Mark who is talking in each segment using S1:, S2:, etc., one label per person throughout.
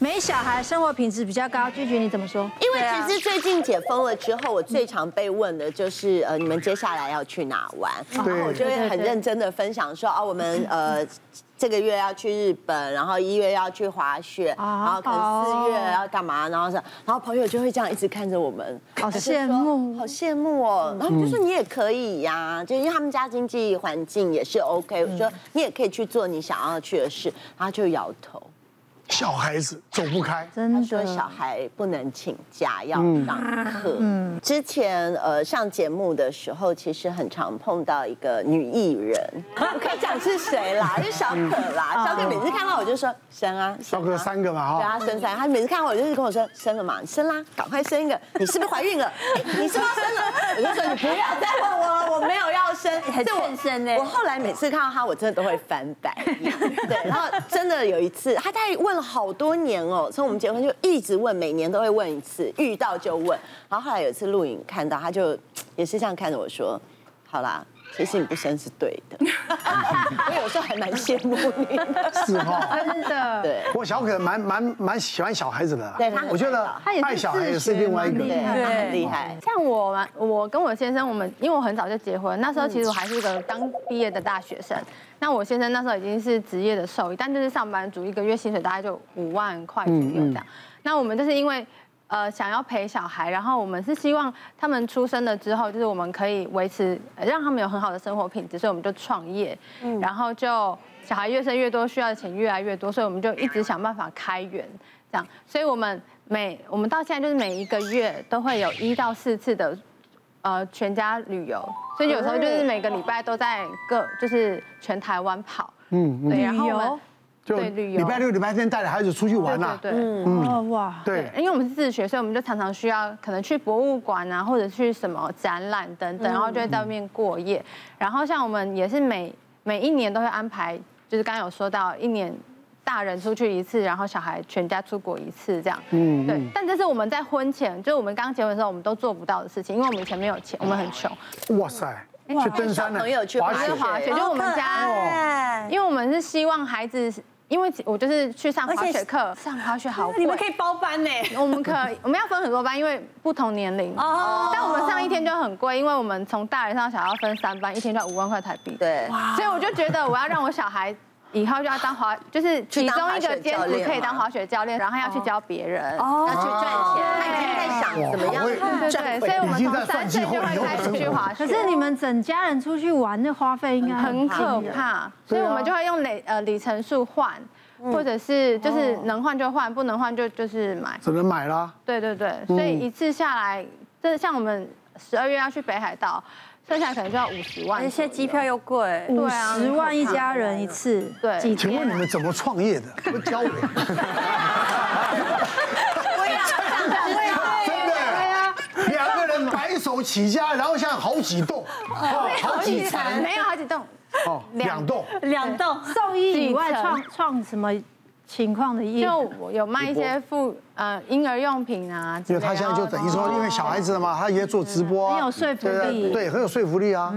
S1: 没小孩，生活品质比较高。拒绝你怎么说？
S2: 因为其实最近解封了之后，我最常被问的就是呃，你们接下来要去哪玩？然后我就会很认真的分享说，哦，我们呃。这个月要去日本，然后一月要去滑雪，然后可能
S1: 哦
S2: 四月要干嘛，然后是，然后朋友就会这样一直看着我们，
S1: 好
S2: 就说
S1: 羡慕嗯
S2: 好羡慕哦。然后就说你也可以呀、就因为他们家经济环境也是 OK，我说
S1: 嗯
S2: 你也可以去做你想要去的事，然后就摇头。
S3: 小孩子走不开，
S2: 他
S1: 啊真
S2: 说小
S1: 的。
S2: 孩不能请假，要上课。之前呃上节目的时候，其实很常碰到一个女艺人，我啊可以讲是谁啦， 就小可啦。小可每次看到我就说生啊，
S3: 小
S2: 生啊
S3: 哥三个嘛
S2: 对
S3: 哈，
S2: 啊，生三，他每次看到我就是跟我说生了嘛，你生啦，赶快生 一个，你是不是怀孕了？哎你是不是要生了？我就说你不要再问我了，我没有要生，欸很
S1: 欠生哎
S2: 我后来每次看到他，我真的都会翻白眼。对，然后真的有一次，他大概问了好多年哦，从我们结婚就一直问，每年都会问一次，遇到就问。然后后来有一次录影看到，他就也是这样看着我说：“好啦。”其实你不生是对 的，我有时候还蛮羡慕你 的。
S3: 是哈。
S1: 真的，
S2: 对，
S3: 不过小可蛮蛮蛮喜欢小孩子的啦，
S2: 对他很
S3: 我觉得
S1: 他也是
S3: 爱小孩也是另外一个
S1: 自学能力
S2: 对，
S1: 啊
S2: 他很
S4: 对
S2: 厉害。
S4: 像我嘛，我跟我先生，我们因为我很早就结婚，那时候其实我还是一个刚毕业的大学生。那我先生那时候已经是职业的兽医，但就是上班族，一个月薪水大概就五万块左右这样。那我们就是因为呃想要陪小孩，然后我们是希望他们出生了之后，就是我们可以维持呃让他们有很好的生活品质，所以我们就创业，然后就小孩越生越多，需要的钱越来越多，所以我们就一直想办法开源。这样，所以我们每我们到现在就是每一个月都会有一到四次的呃全家旅游，所以有时候就是每个礼拜都在各就是全台湾跑，
S3: 嗯，
S4: 对，然后我
S1: 旅
S4: 们
S1: 游
S3: 就
S4: 对旅游
S3: 礼拜六、礼拜天带着孩子出去玩啊啦，
S4: 对对对。
S5: 嗯
S1: 哦哇，
S3: 对，
S4: 因为我们是自学，所以我们就常常需要可能去博物馆啊，或者去什么展览等等，然后就会在外面过夜。然后像我们也是每每一年都会安排，就是刚刚有说到一年。大人出去一次，然后小孩全家出国一次，这样。嗯，对。但这是我们在婚前，就是我们刚结婚的时候，我们都做不到的事情，因为我们以前没有钱，我们很穷。
S3: 哇塞，去登山
S2: 小
S3: 了
S2: 朋友，去
S3: 滑
S2: 滑
S3: 雪
S2: 雪，
S4: 滑雪
S5: 哦
S4: 就是我们家，
S1: 哎
S4: 因为我们是希望孩子，因为我就是去上滑雪课，上滑雪好贵。
S6: 你们可以包班呢。
S4: 我们可以，我们要分很多班，因为不同年龄。哦。但我们上一天就很贵，因为我们从大人上小孩要分三班，一天就要五万块台币。。
S2: 对，
S4: 所以我就觉得我要让我小孩。以后就要当滑，就是其中一个兼职可以当滑雪教练，然后要去教别人，哦，要去赚
S2: 他已经在想怎么样
S3: 哇我也
S4: 对对对，所以我
S3: 已
S4: 们
S3: 经
S4: 从
S3: 在算
S4: 三
S3: 计
S4: 岁
S3: 后
S4: 就
S3: 以
S4: 会
S3: 后
S4: 开
S3: 的
S4: 始
S3: 生
S4: 去
S3: 活。
S4: 滑雪。
S1: 可是你们整家人出去玩的花费应该
S4: 很可
S1: 低的。
S4: 怕，所以我们就会用累呃里程数换，或者是就是能换就换，不能换就就是买。
S3: 只能买啦，
S4: 对对对，所以一次下来，这像我们十二月要去北海道，剩下可能就要五十万左右，
S6: 而且机票又贵，
S1: 五
S4: 对啊
S1: 十万一家人一次，
S4: 对
S1: 几
S3: 请问你
S1: 天啊？
S3: 们怎么创业的？不教我，真的，
S4: 啊，
S3: 两个人白手起家，然后现在好几栋，哦好几层，
S4: 没有好几栋，
S3: 哦，两栋，
S6: 两栋。
S1: 受益以外
S4: 几层
S1: 创创什么情况的业？
S4: 就我有卖一些妇呃婴儿用品啊之
S3: 因为
S4: 类的，
S3: 他现在就等于说，因为小孩子嘛，他也做直播啊，
S1: 很有说服
S3: 对啊
S1: 力
S3: 对，很有说服力啊，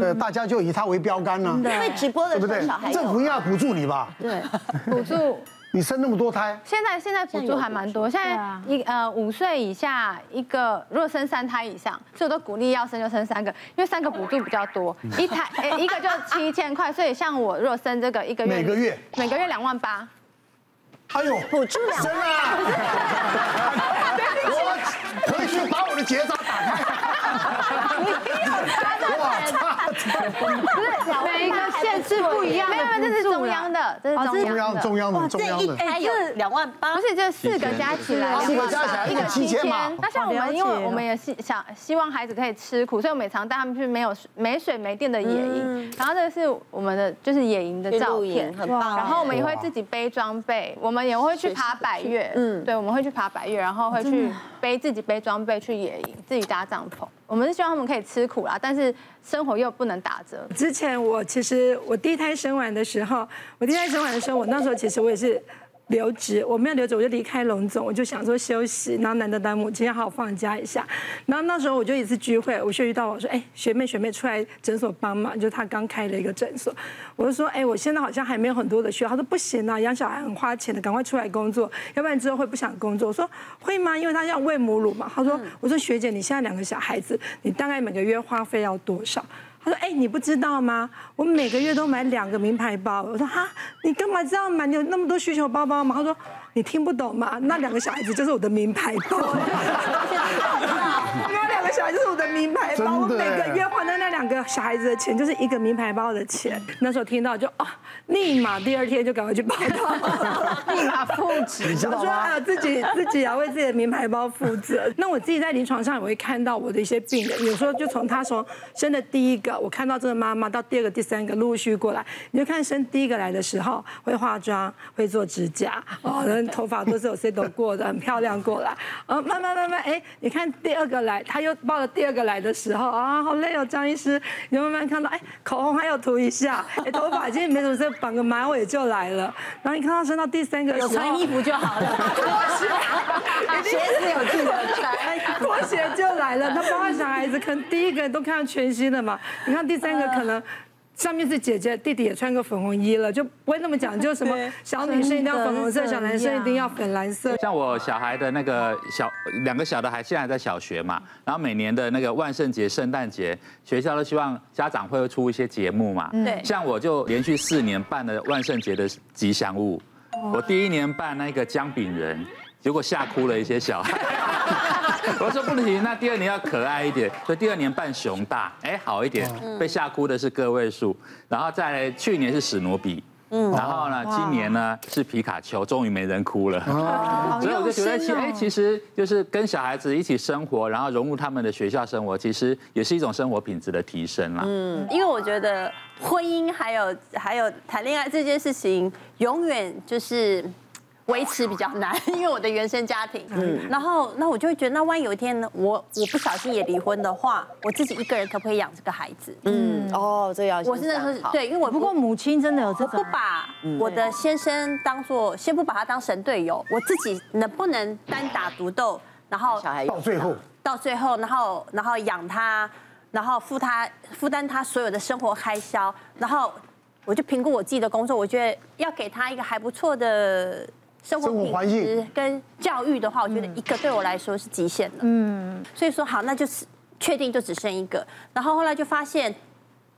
S3: 对，大家就以他为标杆呢，
S2: 因为直播的
S3: 对不
S2: 时候嗯
S3: 对
S2: 小孩？有
S3: 政府应该补助你吧？
S4: 对补助。
S3: 你生那么多胎，
S4: 现在现在补助还蛮多，现
S1: 对
S4: 在
S1: 啊
S4: 一呃五岁以下一个，如果生三胎以上，所以我都鼓励要生就生三个，因为三个补助比较多，
S3: 嗯
S4: 一胎 诶一个就七千块，所以像我如果生这个一个月
S3: 每个月
S4: 每个月两万八，
S3: 哎呦，
S2: 补助两
S3: 生啊！我回去把我的结扎打开。
S4: 不是
S1: 每一个县市不一样的
S4: 没有没有，这是
S1: 补助啦
S4: 中央的，这是
S1: 哦这是
S4: 中
S3: 中
S4: 央
S3: 央
S4: 的，
S3: 中央的
S2: 这
S3: 中央
S2: 一
S3: 的，
S2: 胎有两万八
S4: 不，是，这四个加起来
S3: 四个加起来
S4: 一
S3: 一个
S4: 个
S3: 七千嘛
S4: 那像我
S1: 好了
S4: 们，
S1: 解
S4: 因
S1: 了
S4: 为我们也是想希望孩子可以吃苦，所以我每常带他们去没有没水没电的野
S1: 嗯
S4: 营。然后这个是我们的就是野营的
S2: 去
S4: 照
S2: 露
S4: 片
S2: 营，很
S1: 哇
S2: 棒。
S4: 然后我们也会自己背装备，我们也会去爬百越，嗯，对，我们会去爬百越，然后会去背自己背装备去野营，自己搭帐篷。我们是希望他们可以吃苦啦，但是生活又不能打折。
S7: 之前我其实我第一胎生完的时候，我第一胎生完的时候，我那时候其实我也是。留职，我没有留职，我就离开龙总，我就想说休息，然后难得当母亲，要好好放假一下。然后那时候我就一次聚会，我就遇到我说，哎、学妹学妹出来诊所帮忙，就是她刚开了一个诊所，我就说，哎、我现在好像还没有很多的需要，她说不行啊，养小孩很花钱的，赶快出来工作，要不然之后会不想工作。我说会吗？因为她要喂母乳嘛。她说，我说学姐，你现在两个小孩子，你大概每个月花费要多少？他说：“哎、你不知道吗？我每个月都买两个名牌包。”我说：“哈，你干嘛这样买？你有那么多需求包包吗？”他说：“你听不懂吗？那两个小孩子就是我的名牌包。” 那两个小孩就是我的名牌包，我
S3: 真
S7: 每
S3: 的耶
S7: 个月花的那两个小孩子的钱就是一个名牌包的钱。那时候听到就哦，立马第二天就赶快去报道， 立马复职，你知道吗？啊，自己自己要为自己的名牌包负 责。那我自己在临床上也会看到我的一些病人，有时候就从他从生的第一个，我看到这个妈妈到第二个、第三个陆续过来，你就看生第一个来的时候会化妆、会做指甲，哦，那头发都是有 set 过的，很漂亮过来。呃，慢慢慢慢，哎，你看第二个来，他又抱了第二个来的时候啊，好累哦，张医师，你就慢慢看到，哎，口红还有涂一下，哎，头发已经没怎么色，绑个马尾就来了。然后你看到生到第三个的时候，
S6: 服就好了。
S2: 鞋子有自己的穿。
S7: 哎，拖鞋就来了。他包括小孩子，可能第一个都看到全新的嘛，你看第三个可能。上面是姐姐，弟弟也穿个粉红衣了，就不会那么讲究什么小女生一定要粉红色，
S1: 真的
S7: 小男生一定要粉蓝色。
S5: 像我小孩的那个小两个小的孩现在还在小学嘛，然后每年的那个万圣节、圣诞节，学校都希望家长会出一些节目嘛。
S1: 嗯
S4: 嗯
S6: 对
S5: 像我就连续四年办了万圣节的吉祥物，我第一年办那个姜饼人，结果吓哭了一些小孩。 我说不行，那第二年要可爱一点，所以第二年办熊大，哎，好一点，被吓哭的是个位数，然后再来去年是史努比。嗯，然后呢，今年呢是皮卡丘，终于没人哭了。
S1: 哦
S5: 所以我就觉得，其哎、其实就是跟小孩子一起生活，然后融入他们的学校生活，其实也是一种生活品质的提升啦。
S6: 因为我觉得婚姻还有还有谈恋爱这件事情，永远就是。维持比较难， 因为我的原生家庭，然后那我就会觉得，那万一有一天呢，我我不小心也离婚的话，我自己一个人可不可以养这个孩子？
S2: 嗯，哦，这要
S6: 我是那时
S2: 是
S6: 候对，因为我
S1: 不过母亲真的有这
S6: 我不
S1: 种，
S6: 把我的先生当做，先不把他当神队友，我自己能不能单打独斗，然后
S2: 小孩
S3: 到最后，
S6: 到最后，然后然后养他，然后负他负担他所有的生活开销，然后我就评估我自己的工作，我觉得要给他一个还不错的生活
S3: 生活
S6: 品
S3: 环
S6: 质
S3: 境嗯
S6: 跟教育的话，我觉得一个对我来说是极限的。嗯，所以说好，那就是确定就只剩一个，然后后来就发现。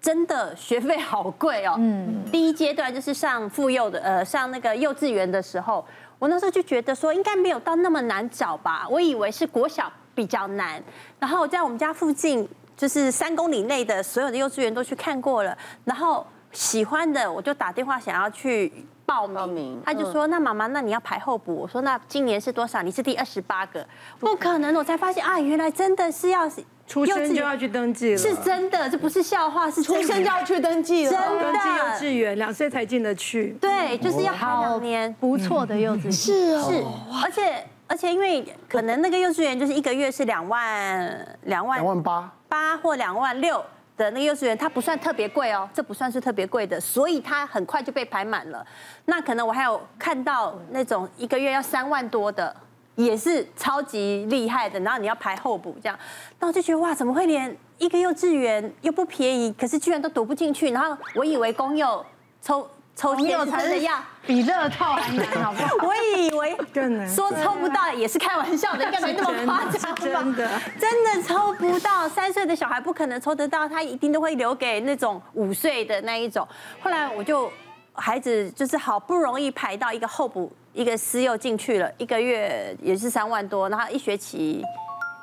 S6: 真的学费好贵哦。嗯，第一阶段就是上妇幼的，呃，上那个幼稚园的时候，我那时候就觉得说应该没有到那么难找吧，我以为是国小比较难。然后在我们家附近，就是三公里内的所有的幼稚园都去看过了，然后喜欢的我就打电话想要去。报名，
S2: 报名
S6: 他就说：“那妈妈，那你要排候补。”我说：“那今年是多少？你是第二十八个，不可能！”我才发现啊，原来真的是要
S7: 出
S6: 幼稚
S7: 生
S6: 园
S7: 就要去登记了，
S6: 是真的，这不是笑话，是
S2: 出生就要去登记了。
S6: 真
S7: 登记幼稚
S6: 的，
S7: 园，两岁才进得去。
S6: 对，就是要排两年，
S1: 不错的柚子是
S6: 是，而且而且因为可能那个幼稚园就是一个月是两万两万
S3: 两万八，
S6: 八或两万六的那个幼稚园，它不算特别贵哦，这不算是特别贵的，所以它很快就被排满了。那可能我还有看到那种一个月要三万多的。也是超级厉害的，然后你要排候补这样，那我就觉得哇，怎么会连一个幼稚园又不便宜，可是居然都读不进去？然后我以为公幼抽抽签是真的 要，
S1: 比乐透还难，好不 好？
S6: 我以为
S7: 更难
S6: 说抽不到也是开玩笑的， 应该没那么夸张吧？
S7: 是真的，
S6: 真的抽不到，三岁的小孩不可能抽得到，他一定都会留给那种五岁的那一种。后来我就孩子就是好不容易排到一个候补一个私幼进去了，一个月也是三万多，然后一学期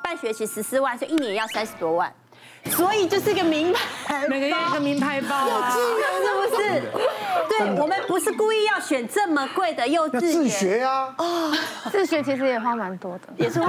S6: 半学期十四万，所以一年要三十多万，所以就是一个名牌
S7: 每个月一个名牌包啊。
S6: 是不是？对我们不是故意要选这么贵的幼
S3: 要
S6: 稚
S3: 自
S6: 园，
S3: 学啊呀、
S4: 自学其实也花蛮多的，
S6: 也是花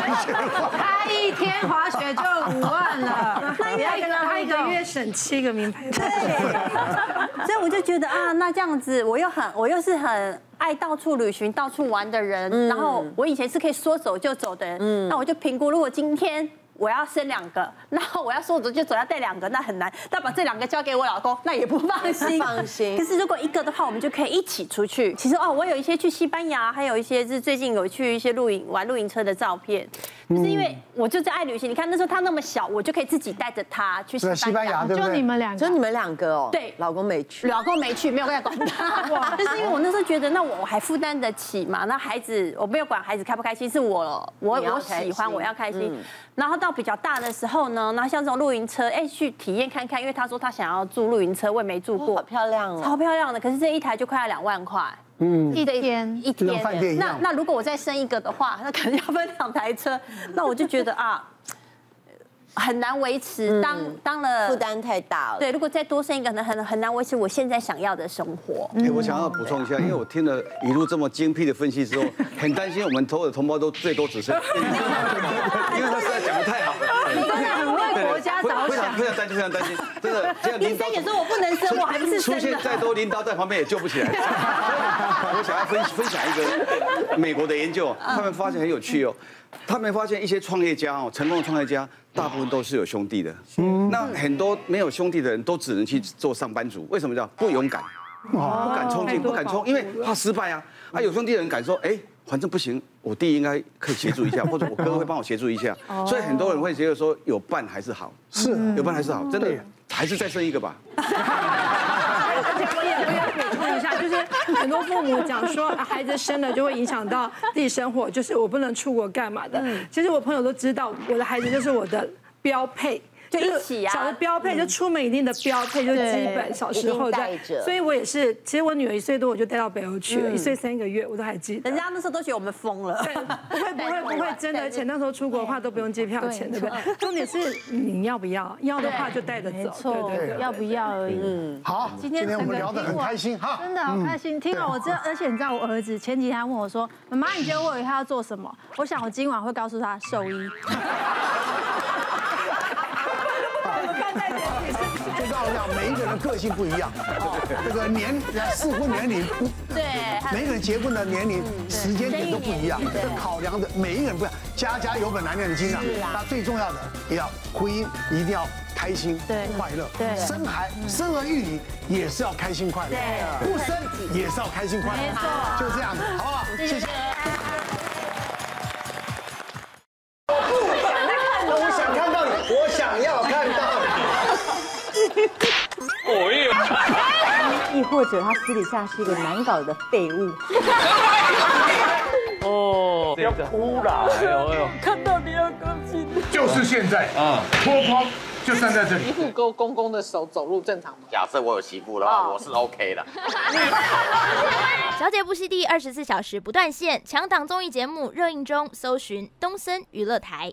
S1: 他一天滑雪就五万了，
S7: 他一个月省七个名牌包。
S6: 所以我就觉得啊，那这样子，我又很，我又是很爱到处旅行、嗯到处玩的人。然后我以前是可以说走就走的人，那我就评估，如果今天我要生两个，那我要说走就走要带两个，那很难。但把这两个交给我老公，那也不放心。
S2: 放心
S6: 可是如果一个的话，我们就可以一起出去。其实哦，我有一些去西班牙，还有一些是最近有去一些露营玩露营车的照片，就是因为我就是爱旅行。你看那时候他那么小，我就可以自己带着他去
S3: 对，
S6: 啊西
S3: 西
S6: 班
S3: 班
S6: 牙
S3: 牙。对不
S1: 就
S3: 对？
S1: 你们两
S2: 就
S1: 个，
S2: 你们两个哦，
S6: 对
S2: 老公没去，
S6: 老公没去，没有在管他，就是因为我那时候觉得，那我我还负担得起嘛？那孩子我没有管孩子开不开心，是我我
S2: 你要
S6: 我
S2: 开
S6: 喜欢，
S2: 心
S6: 我要开心。然后到比较大的时候呢，然后像这种露营车，哎，去体验看看，因为他说他想要住露营车，我也没住
S2: 哇好
S6: 过，
S2: 漂亮哦，
S6: 超漂亮的。可是这一台就快要两万块。
S7: 嗯
S1: 一天
S6: 一
S3: 就像饭店一
S6: 天。那
S3: 样
S6: 那如果我再生一个的话， 那可能要分两台车，那我就觉得啊，很难维持。当当了
S2: 负担太大了。
S6: 对，如果再多生一个，可能很很难维持我现在想要的生活。
S8: 哎、我想要补充一
S6: 嗯
S8: 下，因为我听了一路这么精辟的分析之 后，很担心我们所有的同胞都最多只剩，因为他实在讲的太好了。你真的很为国家着想，非常非常担心，非常担心，真的。这样
S6: 医
S8: 领
S6: 生
S8: 导
S6: 也说我不能生，我还不是生
S8: 出现
S6: 的。
S8: 再多镰刀在旁边也救不起来。 我想要分分享一个美国的研究，他们发现很有趣哦。他们发现一些创业家哦，成功的创业家大部分都是有兄弟的。那很多没有兄弟的人都只能去做上班族，为什么叫不勇敢？不敢冲进，不敢冲，因为怕失败啊。啊，有兄弟的人敢说，哎，反正不行，我弟应该可以协助一下，或者我哥会帮我协助一下。所以很多人会觉得说，有伴还是好，
S3: 是
S8: 有伴还是好，真的还是再生一个吧。
S7: 而且我也我也要补充一下，就是很多父母讲说啊孩子生了就会影响到自己生活，就是我不能出国干嘛的。其实我朋友都知道，我的孩子就是我的标配。
S6: 就一起啊
S7: 小的标配就出门一定的标配，就是基本小时候
S2: 一
S7: 在
S2: 定带着，
S7: 所以我也是，其实我女儿一岁多我就带到北欧去了，一岁三个月我都还记得
S6: 人。家那时候都觉得我们疯了。
S7: 不会不会不会，真的，而且那时候出国的话都不用机票钱，对不对？重点是你要不要，要的话就带着
S1: 没
S7: 走，对
S1: 错
S7: 对嗯对，。
S1: 要不要而已。
S3: 好，今天我们聊得很开心哈。
S1: 嗯真的好开心。听了我这，而且你知道我儿子前几天还问我说：“妈妈，你觉得我以后要做什么？”我想我今晚会告诉他兽医。
S3: 就告诉你，每一个人个性不一样，这个年适婚年龄不，
S6: 对，还
S3: 每一个人结婚的年龄、时间点都不一样，考量的每一个人不一样，家家有本难念的经啊。那最重要的也要婚姻一定要开心、
S1: 对
S3: 快乐，
S1: 对
S3: 生孩生儿育女也是要开心快乐，不生也是要开心快乐，没错，就这样子，好不好？谢谢。我想看到你，我想要看到你。
S2: 亦或者他私底下是一个难搞的废物。
S9: 就是现在啊，脱光就站在这里。
S10: 不勾公公的手走路正常吗？
S11: 假设我有媳妇的话，我是 OK 的。
S12: 小姐不息地二十四小时不断线，强档综艺节目热映中，搜寻东森娱乐台。